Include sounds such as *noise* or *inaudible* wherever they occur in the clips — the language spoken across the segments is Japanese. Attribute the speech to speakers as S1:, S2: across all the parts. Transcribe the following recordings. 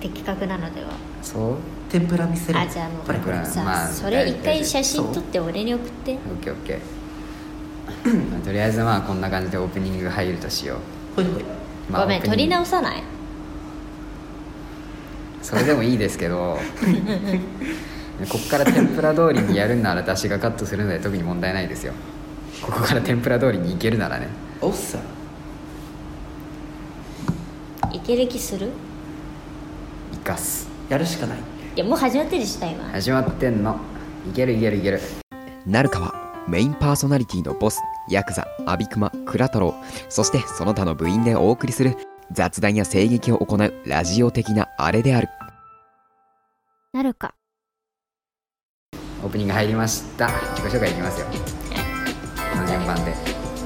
S1: 的確なのでは
S2: そう
S3: 天ぷら見せる
S1: あじゃあもう
S3: これこれ
S1: さ、
S2: まあ
S1: それ一
S2: 大
S1: 回
S2: 体
S1: 写真撮って俺に送って
S2: オッケーオッケーまあとりあえずまあこんな感じでオープニング入るとしよ、
S3: ほいほいう
S2: まあ、
S1: ごめん
S2: オープ
S1: 撮
S2: ニ
S1: り
S2: ング
S1: 直さない
S2: それでもいいですけどここから天ぷら通りにやるなら私がカットするので特に問題ないですよここから天ぷら通りに行けるならね
S3: おっさ
S1: いける気する
S2: 行かす
S3: やるしかない
S1: いやもう始まってるし今今
S2: 始まってんのいけるいけるいける
S4: なるかはメインパーソナリティのボスヤクザアビクマクラ太郎そしてその他の部員でお送りする雑談や声劇を行うラジオ的なあれである
S1: なるか
S2: オープニング入りました自己紹介いきますよこの順番で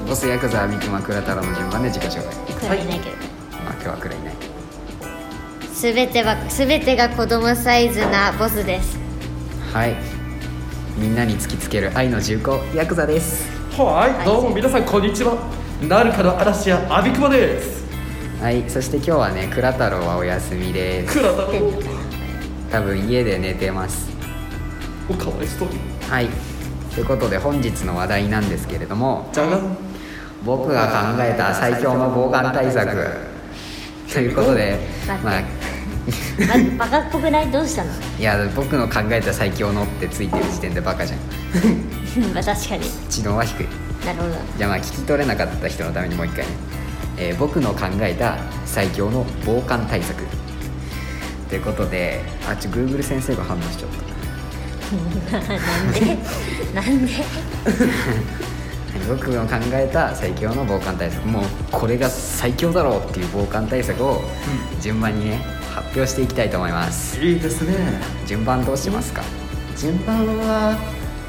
S2: ボスヤクザ三熊倉太郎の順番で自己紹介
S1: 暗いないけど、
S2: まあ今日は倉いない
S1: すべてはすべてが子供サイズなボスです
S2: はいみんなに突きつける愛の重厚ヤクザです
S3: はいどうも皆さんこんにちはなるかの嵐屋アビクマです
S2: はいそして今日はね倉太郎はお休みです
S3: クラだろ
S2: 多分家で寝てます
S3: おかわいそうに
S2: はいということで本日の話題なんですけれども
S3: じゃがん
S2: 僕が考えた最強の防寒対策ということでまあ *laughs*
S1: ま、バカっぽくないどうしたの *laughs*
S2: いや僕の考えた最強のってついてる時点でバカじゃん
S1: まあ確かに
S2: 知能は低い
S1: なるほど
S2: じゃあまあ聞き取れなかった人のためにもう一回ね、えー僕の考えた最強の防寒対策ということであちょ Google 先生が反応しちゃっ
S1: な
S2: た
S1: んで *laughs* なんで
S2: 僕の考えた最強の防寒対策もうこれが最強だろうっていう防寒対策を順番にね発表していきたいと思います
S3: いいですね
S2: 順番どうしますか
S3: 順番は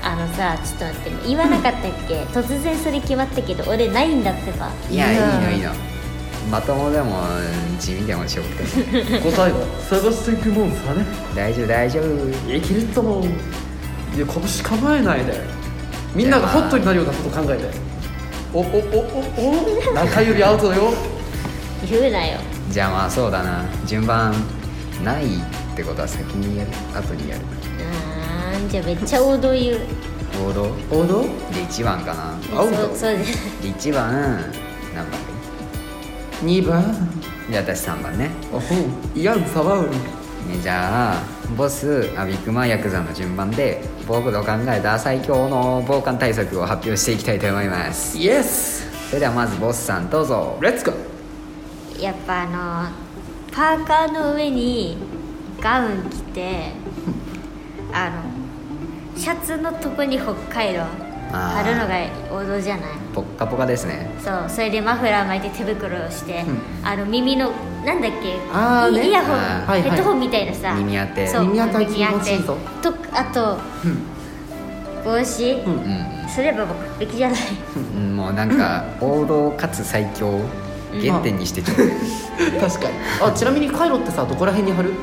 S1: あのさちょっと待って言わなかったっけ突然それ決まったけど俺ないんだってば
S2: いや
S3: いや
S2: いいのいいのまともでも地味でもしょくても
S3: *laughs* 答えを探していくもんさね
S2: 大丈夫大丈夫
S3: いけるともいや拳構えないでみんながホットになるようなこと考えておおおおお中指アウトだよ
S1: 言うなよ
S2: じゃあまあそうだな順番ないってことは先にやる後にやる
S1: うーんじゃあめっちゃ王道言う
S2: 王道
S3: 王道
S2: で1番かな
S3: 王
S1: そう
S3: 道
S1: そうです
S2: で1番何番がい
S3: 2番
S2: いじゃあ私3番ね
S3: おほうイアンサワウリ
S2: ねじゃあボスアビクマヤクザの順番で僕の考えた最強の防寒対策を発表していきたいと思います
S3: イエス
S2: それではまずボスさんどうぞ
S3: レッツゴー
S1: やっぱあのパーカーの上にガウン着
S3: *laughs*
S1: てあのシャツのとこに北海道
S2: あ
S1: あ
S2: ー
S1: るのが王道じゃない
S2: ポッカポカですね
S1: そうそれでマフラー巻いて手袋をして、あの耳のなんだっけ
S3: あーね
S1: イイヤホン、
S2: あー
S3: はいは
S1: ヘ
S3: い
S1: ッドホンみたいなさ
S2: 耳当て
S1: そう
S3: 耳当て
S1: 耳当て
S3: 気持ちいいぞ
S1: とあと帽子、
S3: ん
S2: う
S1: すれば完璧じゃない
S2: ん、うん、もうなん
S1: *laughs*
S2: か王道かつ最強原点にしてちょっと
S3: *laughs* 確かにあちなみにカイロってさどこら辺に貼る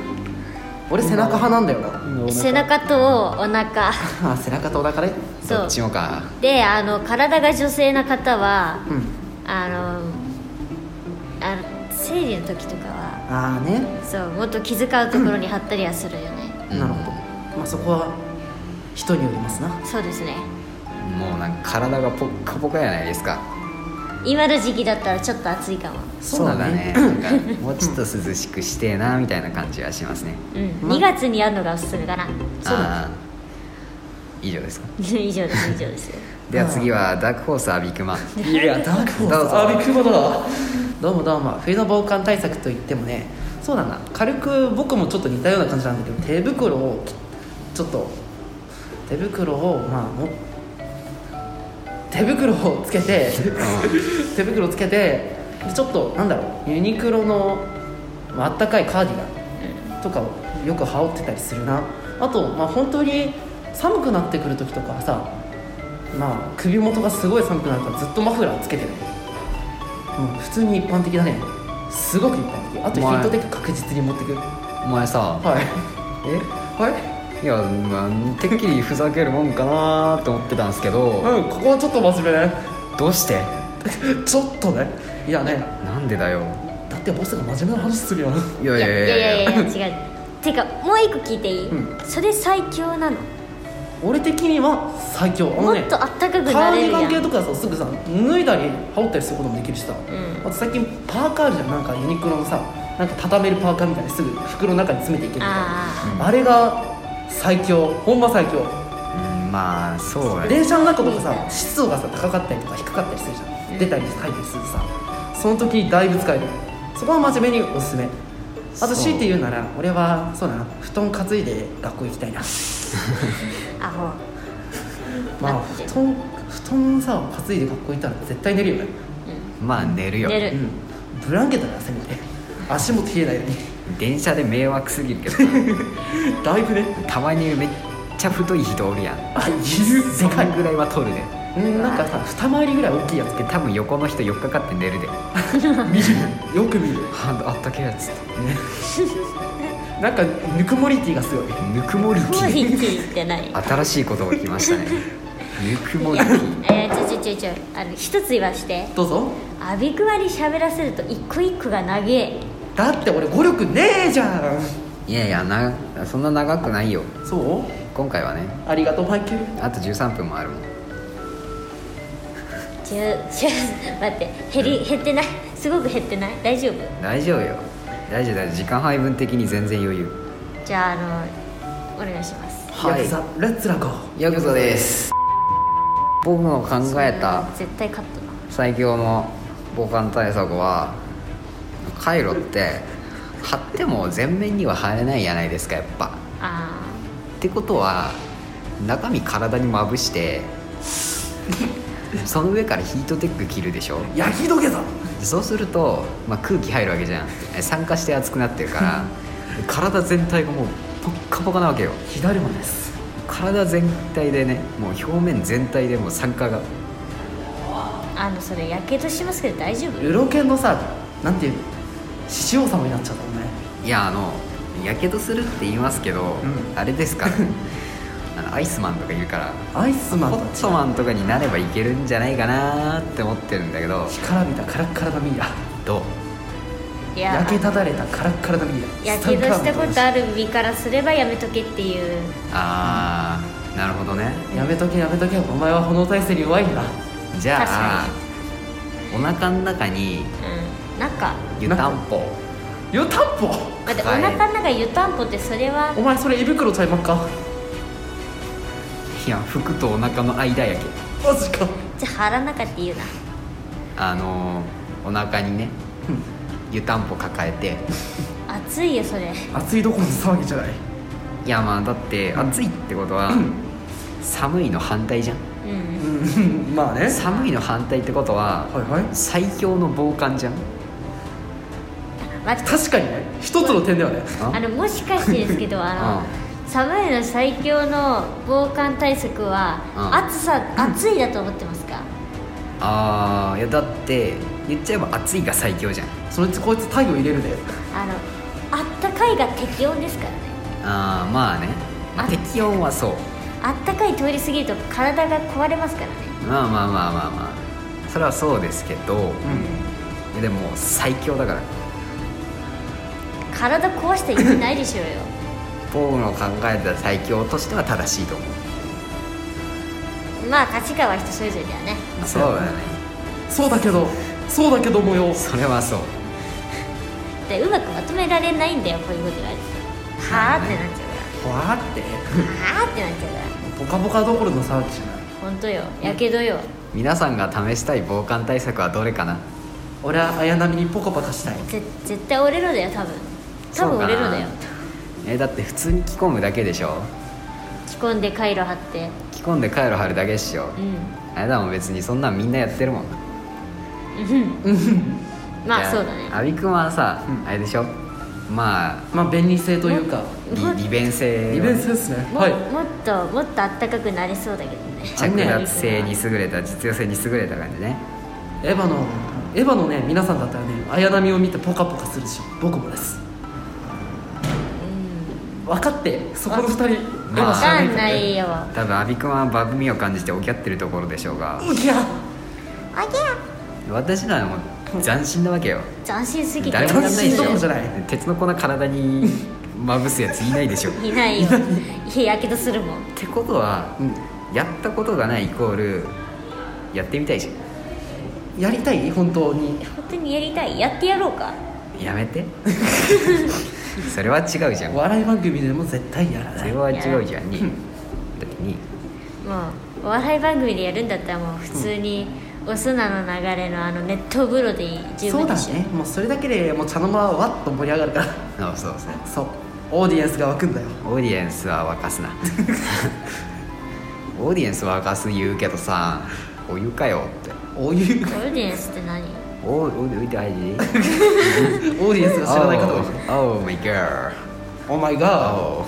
S3: 俺背中派なんだよな
S1: 背中とお腹
S3: あ背中とお腹ね
S1: そう
S2: どっちもか
S1: であの体が女性な方は、
S3: うん
S1: あのあの生理の時とかは
S3: ああね
S1: そうもっと気遣うところに貼ったりはするよね、
S2: うん
S3: なるほどまあそこは人によりますな
S1: そうですね
S2: もうなんか体がポッカポカじゃないですか
S1: 今の時期だったらちょっと暑いかも
S3: そうだね
S2: なんかもうちょっと涼しくしてえなみたいな感じはしますね
S1: うん、
S3: ま
S1: 2月にやるのがおすすめかな *laughs*
S3: そうだね
S2: あー以上ですか
S1: 以上です以上です
S2: では次はダークホースアビクマ
S3: いやダーク
S2: ど
S3: ホース
S2: うぞ
S3: あビッグマだどうもどうも冬の防寒対策といってもねそうだな軽く僕もちょっと似たような感じなんだけど手袋をちょっと手袋をまあも手袋をつけて手袋をつけてでちょっとなんだろうユニクロのまああったかいカーディガンとかをよく羽織ってたりするなあとまあ本当に寒くなってくる時とかはさまあ首元がすごい寒くなるからずっとマフラーつけてるもう普通に一般的だねすごく一般的あとヒ
S2: お前
S3: ートテック確実に持ってくる *laughs* は
S2: お前さ
S3: い
S2: え
S3: はい
S2: いや、まあ、てっきりふざけるもんかなと思ってたんですけど
S3: うんここはちょっと真面目ね *laughs*
S2: どうして
S3: ちょっとねいやね
S2: なんでだよ
S3: だっ待ってボスが真面目な話するやん
S2: いやい
S1: いや
S2: や
S1: い
S2: いやいや
S1: や
S2: い
S1: い
S2: や
S1: やいや違うてかもう一個聞いていい、
S3: う
S1: それ最強なの
S3: 俺的には最強あ
S1: も
S3: のね
S1: っとあったかくな
S3: カー
S1: れ
S3: ディ
S1: る
S3: ガ
S1: や
S3: ン系
S1: ん
S3: とかさすぐさ脱いだり羽織ったりすることもできるしさ、
S1: ん
S3: あと最近パーカーあるじゃんなんかユニクロのさなんか畳めるパーカーみたいにすぐ袋の中に詰めていけるみたいな
S1: あ
S3: あれが最強ほんま最強
S2: うんまあそうやね
S3: 電車の中とか
S1: いい
S3: さ
S1: ね
S3: 湿度がさ高かったりとか低かったりするじゃん、
S1: うん
S3: 出たり入ったりするさその時にだいぶ使えるそこは真面目におすすめあと
S2: そう
S3: 強いて言うなら俺はそうだな布団担いで学校行きたいな
S1: あアホ
S3: まあ
S1: 待って
S3: 布団布団さ担いで学校行ったら絶対寝るよね、
S2: まあ寝るよ
S1: 寝
S3: う
S1: る
S3: ん、ブランケットで汗みて足も冷えないように
S2: 電車で迷惑すぎるけど
S3: だいぶね
S2: たまにめっちゃ太い人おるやん
S3: あいる
S2: そ
S3: で
S2: ん
S3: かい
S2: ぐらいは取るで
S3: うんなんかさ二回りぐらい大きいやつ
S2: で多分横の人4日かかって寝るで
S3: 見るよく見る
S2: ああったけえやつって
S3: なんかぬくもりティがすごい
S2: ぬくもりテ
S1: クモリ
S2: ィ
S1: ティって
S2: *laughs*
S1: ない
S2: 新しい言葉きましたねぬくもりティ
S1: えー、ちょちょちょちょあの一つ言わして
S3: どうぞ
S1: アビクマに喋らせると一個一個が長え
S3: だって俺語力ねえじゃん
S2: いやいやなそんな長くないよ
S3: そう
S2: 今回はね
S3: ありがとうマイケル
S2: あと13分もあるもん
S1: ちゅちゅ待って減り減ってないすごく減ってない大丈夫
S2: 大丈夫よ大丈夫大丈夫時間配分的に全然余裕
S1: じゃああのお願いします
S3: はいザレッツラゴー
S2: ヤクザです僕の考えた
S1: 絶対カットな
S2: 最強の防寒対策はカイロって貼っても全面には貼れないじゃないですかやっぱ
S1: あ
S2: ってことは中身体にまぶしてその上からヒートテック着るでしょ
S3: 焼き土下座
S2: そうすると、まあ、空気入るわけじゃん酸化して熱くなってるから体全体がもうポッカポカなわけよ
S3: 火だるまです
S2: 体全体でねもう表面全体でもう酸化が
S1: ーあのそれやけどしますけど大丈夫
S3: ルロケンのさなんていうの獅子王様になっちゃったもんね
S2: いやあのやけどするって言いますけど、
S3: う
S2: あれですから *laughs* あのアイスマンとかいるから
S3: アイスマン
S2: ホ
S3: と
S2: ットマンとかになればいけるんじゃないかなって思ってるんだけど
S3: 干からびたカラッカラなミイラ
S2: どう
S1: いや
S3: 焼けただれたカラッカラなミイラ
S1: やけどしたこと
S3: や
S1: ある身からすればやめとけっていう
S2: あーなるほどね
S3: めとけやめとけお前は炎耐性に弱いんだ
S2: じゃあ
S1: 確
S2: お腹の中に
S1: うんなんか
S2: 湯たんぽ
S3: よたんぽ
S1: 待って、
S2: はい
S1: お腹の中湯たんぽってそれは
S3: お前それ胃袋ちゃいまっか
S2: いや服とお腹の間やけ
S3: マジか
S1: じゃあ腹の中って言うな
S2: あのー、お腹にね
S3: うん
S2: 湯たんぽ抱えて
S1: 熱いよそれ
S3: 熱いどころの騒ぎじゃない
S2: いやまあだって暑いってことは寒いの反対じゃん
S1: うん
S3: うんまあね
S2: 寒いの反対ってことは
S3: はいはい
S2: 最強の防寒じゃん
S1: 待って
S3: 確かにね一つの点ではね
S1: あのもしかしてですけ
S2: *laughs*
S1: どあの、
S2: うん
S1: 寒いの最強の防寒対策は、
S2: うん
S1: 暑さ暑いだと思ってますか、
S2: あーいやだって言っちゃえば暑いが最強じゃん
S3: そのうちこいつ太陽入れるで
S1: あのあったかいが適温ですからね
S2: あーまあね、まあ、
S1: あ
S2: 適温はそう
S1: あったかい通り過ぎると体が壊れますからね
S2: まあまあまあまあまあそれはそうですけど、でも最強だから
S1: 体壊した意味ないでしょうよ *laughs*
S2: 僕の考えた最強としては正しいと思う
S1: まあ価値観は人それぞれだよね
S2: そうだね
S3: そうだけどそうだけどもよ
S2: それはそう
S1: でうまくまとめられないんだよこういうこと言われてはあってなっちゃう
S3: わーって
S1: からはあってなっちゃうから
S3: ポカポカどころの騒ぎじゃない
S1: 本当よやけどよ
S2: 皆さんが試したい防寒対策はどれかな
S3: 俺は綾波にポカポカしたい
S1: ぜ絶対折れろだよ多分多分折れろだよ
S2: そうかなえだって普通に着込むだけでしょ
S1: 着込んで回路張って
S2: 着込んでカイロ貼るだけっしょ、
S1: うん
S2: あれだもん別にそんなんみんなやってるもん
S1: うんま
S2: じゃ
S1: あそうだね
S2: アビくんはさ、
S3: うん
S2: あれでしょま
S1: *laughs*
S2: あ
S3: まあ便利性というか
S1: も
S2: 利利便性
S3: 利便性ですね
S1: も
S3: はい
S1: もっともっとあったかくなりそうだけどね
S2: 着脱性に優れた実用性に優れた感じね
S3: エヴァのエヴァのね皆さんだったらね綾波を見てポカポカするし僕もです分かってそこの二人エヴァ
S2: まあ
S1: わ
S3: 知ら
S1: か
S3: ない
S1: ん
S3: から
S1: な
S3: ね
S1: いよ
S2: 多分アビくんはバブみを感じておきゃってるところでしょうが
S3: うぎゃ
S1: あげや
S2: 私らはもう斬新なわけよ
S1: 斬新すぎて
S2: 誰もやんないでし
S3: 斬新どこ
S2: ょ
S3: ろじゃない
S2: 鉄の粉体にまぶすやついないでしょっ
S1: いないよいややけどするもん
S2: てことは、やったことがないイコールやってみたいじ
S3: やりたい本当に
S1: 本当にやりたいやってやろうか
S2: ゃんやめ *laughs* てそれは違うじゃん
S3: 笑い番組でも絶対やら
S2: そ
S3: ない
S2: れは違うじゃんにだってに
S1: もうお笑い番組でやるんだったらもう普通にお砂の流れのあの熱湯風呂で十
S3: そう
S1: 分
S3: だ
S1: でしょ
S3: ねもうそれだけでもう茶の間はわっと盛り上がるか
S2: あそうそう
S3: らそうオーディエンスが沸くんだよ
S2: オーディエンスは沸か *laughs* すなオーディエンスは沸かす言うけどさお湯かよって
S1: *laughs* オ
S3: お湯
S1: ーディエンスって何
S2: おお湯大事
S3: オーディエンス *laughs* が知らない方が多い
S2: Oh, oh my girl
S3: お前が
S2: Oh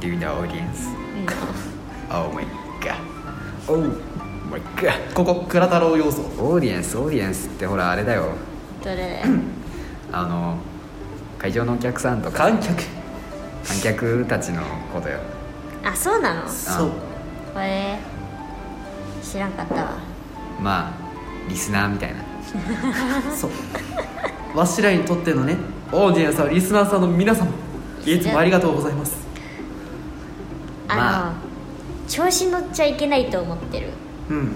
S2: Do you know audience? Oh my god Oh my god
S3: ここ倉太郎要素
S2: オーディエンスオーディエンスってほらあれだよ
S1: どれ
S2: あの会場のお客さんとか
S3: 観客
S2: 観客たちのことよ
S1: あそうなの
S3: そう
S1: これ知らんかったわ
S2: まあリスナーみたいな
S3: そうわしらにとってのねオーディエンスはリスナーさんの皆様いつもありがとうございます
S1: あの、
S2: まあ
S1: 調子乗っちゃいけないと思ってる
S3: うん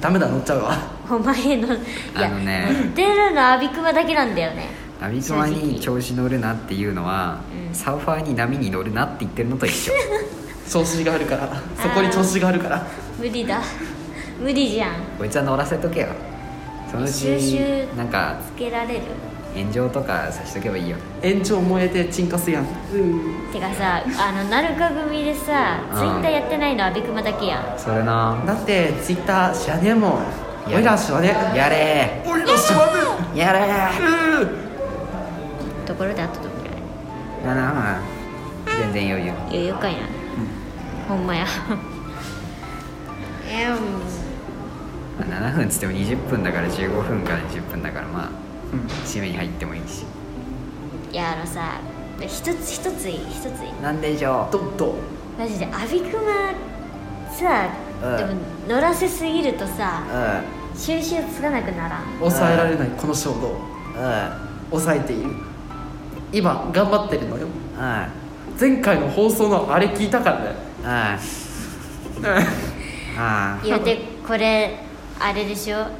S3: ダメだ乗っちゃうわ
S1: お前のいや
S2: あのね
S1: 乗ってるのアビクマだけなんだよね
S2: ナビクマに調子乗るなっていうのは、
S1: うん
S2: サーファーに波に乗るなって言ってるのと一緒
S3: *laughs* 調子があるからそこに調子があるから
S1: 無理だ無理じゃん
S2: こいつは乗らせとけよそのう
S1: 収
S2: ち
S1: 集
S2: なんか
S1: つけられる
S2: 炎上とかさしとけばいいよ
S3: 延長燃えて沈下すやんうん
S1: てかさあのなるか組でさ
S2: うん
S1: ツイッターやってないのアビクマだけやん
S2: それな
S3: だってツイッター知らねえもん
S2: いや
S3: 俺ら知らねえ
S2: やれ
S3: 俺ら知らね
S2: ーやれー
S1: ところであったとこ
S2: ななまあ全然余裕
S1: 余裕かいな、ほんまやえーもう
S2: まあ7分っつっても20分だから15分から20分だからまあ
S3: えうん
S2: 締めに入ってもいいし
S1: いやあのさ一つ一ついい一ついい
S2: なんでしょ
S3: どど
S1: マジでアビクマさ
S2: うん
S1: でも乗らせすぎるとさ
S2: ううん
S1: 収集つかなくならん
S3: 抑えられないこの衝動
S2: うん
S3: 抑えている今頑張ってるのよ
S2: うん
S3: 前回の放送のあれ聞いたからね
S2: うんああ
S1: 言うてこれあれでしょこ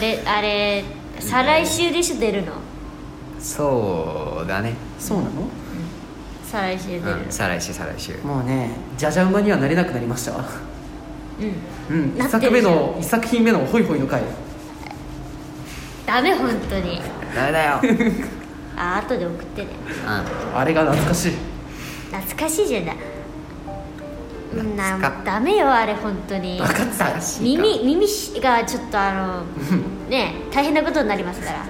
S1: れあれ再来週でしょ出るの
S2: そうだね
S3: そうなの
S1: 再来週出る
S2: うん再来週再来週
S3: もうねじゃじゃ馬にはなれなくなりましたわ
S1: うん、
S3: うん
S1: な
S3: 1
S1: って
S3: 作
S1: る
S3: 目
S1: じゃん
S3: の一作品目のホイホイの回
S1: ダメ本当に
S2: ダメだようん
S1: あ後で送ってね
S3: あれが懐かしい
S1: 懐かしいじゃないうんな
S2: 懐か
S1: ダメよあれ本当に
S3: 分かった
S1: 耳耳しがちょっとあ
S2: *laughs*
S1: のね大変なことになりますから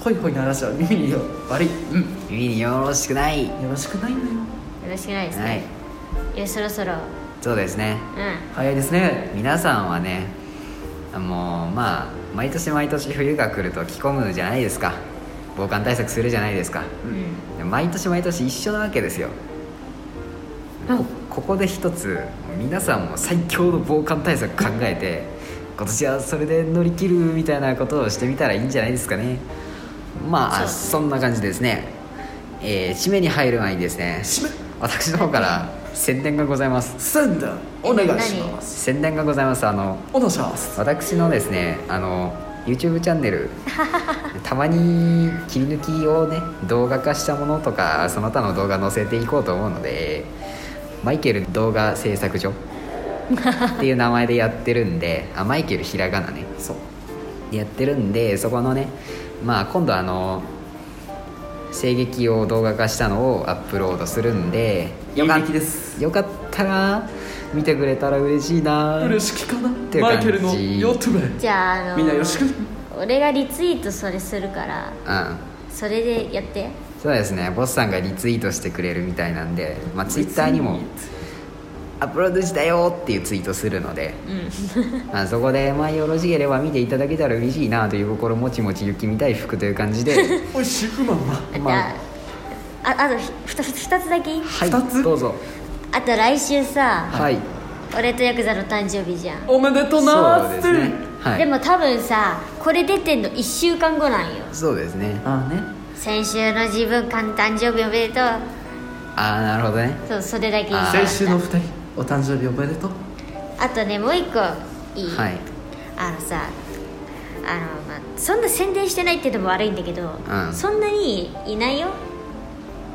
S3: ホイホイの話は耳によ悪いうん
S2: 耳によろしくない
S3: よろしくないのよ
S1: よろしくないですね、
S2: はい
S1: いやそろそろ
S2: そうですね
S1: う
S3: 早いですね
S2: 皆さんはねもうまあ毎年毎年冬が来ると着込むじゃないですか防寒対策するじゃないですか
S1: んうん
S2: で毎年毎年一緒なわけですよ
S1: うん
S2: こここで一つ皆さんも最強の防寒対策考えて今年はそれで乗り切るみたいなことをしてみたらいいんじゃないですかねまあそ,、んな感じですねえー締めに入る前にですね
S3: 締め
S2: 私の方から宣伝がございます
S3: すんだお願いします
S2: 宣伝がございますあの
S3: お願いします
S2: 私のですねあの YouTube チャンネ
S3: *laughs*
S2: ルたまに切り抜きをね動画化したものとかその他の動画載せていこうと思うのでマイケル動画制作所っていう名前でやってるん
S3: *laughs*
S2: であマイケルひらがなね
S3: そう
S2: やってるんでそこのねまあ今度あの声劇を動画化したのをアップロードするんで
S3: よ
S2: よ
S3: か
S2: か
S3: っです
S2: よかったら見てくれたら嬉しいな
S3: 嬉しきかな
S2: ていう
S3: マ
S2: 感じ
S3: イケルのヨット
S1: ん
S3: ベ
S1: じゃああの
S3: みんなよろしく
S1: 俺がリツイートそれするから
S2: うん
S1: それでやって
S2: そうですねボスさんがリツイートしてくれるみたいなんで、まあ、ツイッターにもアップロードしたよっていうツイートするので、まあ、そこで、まあ、よろしければ見ていただけたら嬉しいなという心もちもち雪見たい服という感じ
S3: *laughs*
S2: で
S3: おいしくまんま
S1: じ
S2: ま
S1: ゃあああと 2, つだけいい
S2: はい
S3: 二つ
S2: どうぞ
S1: あと来週さ
S2: はい、
S1: 「俺とヤクザの誕生日じゃん、
S3: おめでとう
S2: そ
S3: な
S2: う
S3: ー
S2: で
S3: っ
S2: すね
S3: て
S2: はい
S1: でも多分さこれ出てんの1週間後なんよ
S2: そうですね
S3: ああね
S1: 先週の自分間誕生日おめでと
S2: ああなるほどね
S1: うそうそれだけ言い
S2: あ
S1: たか
S2: ー
S1: っ
S3: 先
S1: た
S3: 週の2人お誕生日おめでとう
S1: あとねもう一個いい、
S2: はい
S1: あのさあの、まあ、そんな宣伝してないってのも悪いんだけど、
S2: うん
S1: そんなにいないよ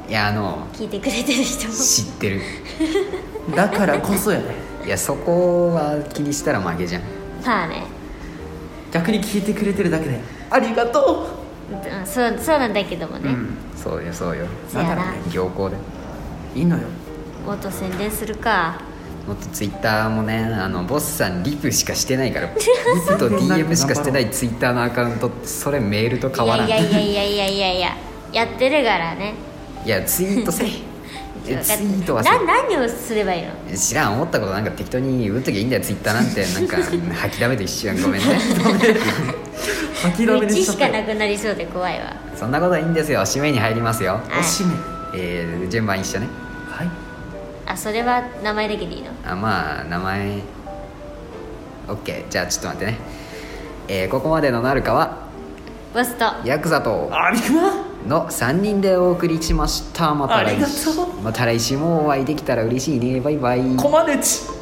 S2: いやあの
S1: 聞いてくれてる人も
S2: 知ってる
S3: だからこそや
S2: *laughs*
S3: ね
S2: いやそこは気にしたら負けじゃん
S1: まあね
S3: 逆に聞いてくれてるだけでありがと
S1: うんそうそうなんだけどもね、
S2: そうよそうよ
S1: そうやな
S2: だから行行で
S3: ういいのよ
S1: もっと宣伝するか
S2: もっとツイッターもねあのボスさんリプしかしてない
S1: *laughs*
S2: からリプと DM しかしてないツイッターのアカウントってそれメールと変わらん
S1: いやいやいやいやいやいややってるからね
S2: いやツイート
S1: *laughs*
S2: せい
S1: 分かっ
S2: ツイ
S1: た
S2: ートはせ
S1: な何をすればいいの
S2: 知らん思ったことなんか適当に打っときゃいいんだよツイッターなんてなんか
S1: *laughs*
S2: 吐きだめて一緒やんごめんね *laughs*
S3: 諦め
S1: 道
S3: にしちゃ
S1: し
S3: った
S1: か
S3: よ
S1: なくなりそうで怖いわ
S2: そんなことはいいんですよ締めに入りますよ、
S1: はい
S3: おしめ
S2: えー順番一緒ね
S3: はい
S1: あそれは名前だけでいいの
S2: あまあ名前 OK じゃあちょっと待ってね、えーここまでのなるかは
S1: ボスと
S2: ヤクザと
S3: ありくま
S2: の3人でお送りしましたまた来
S3: ありがとう
S2: また来週もお会いできたら嬉しいねバイバイ
S3: コマネチ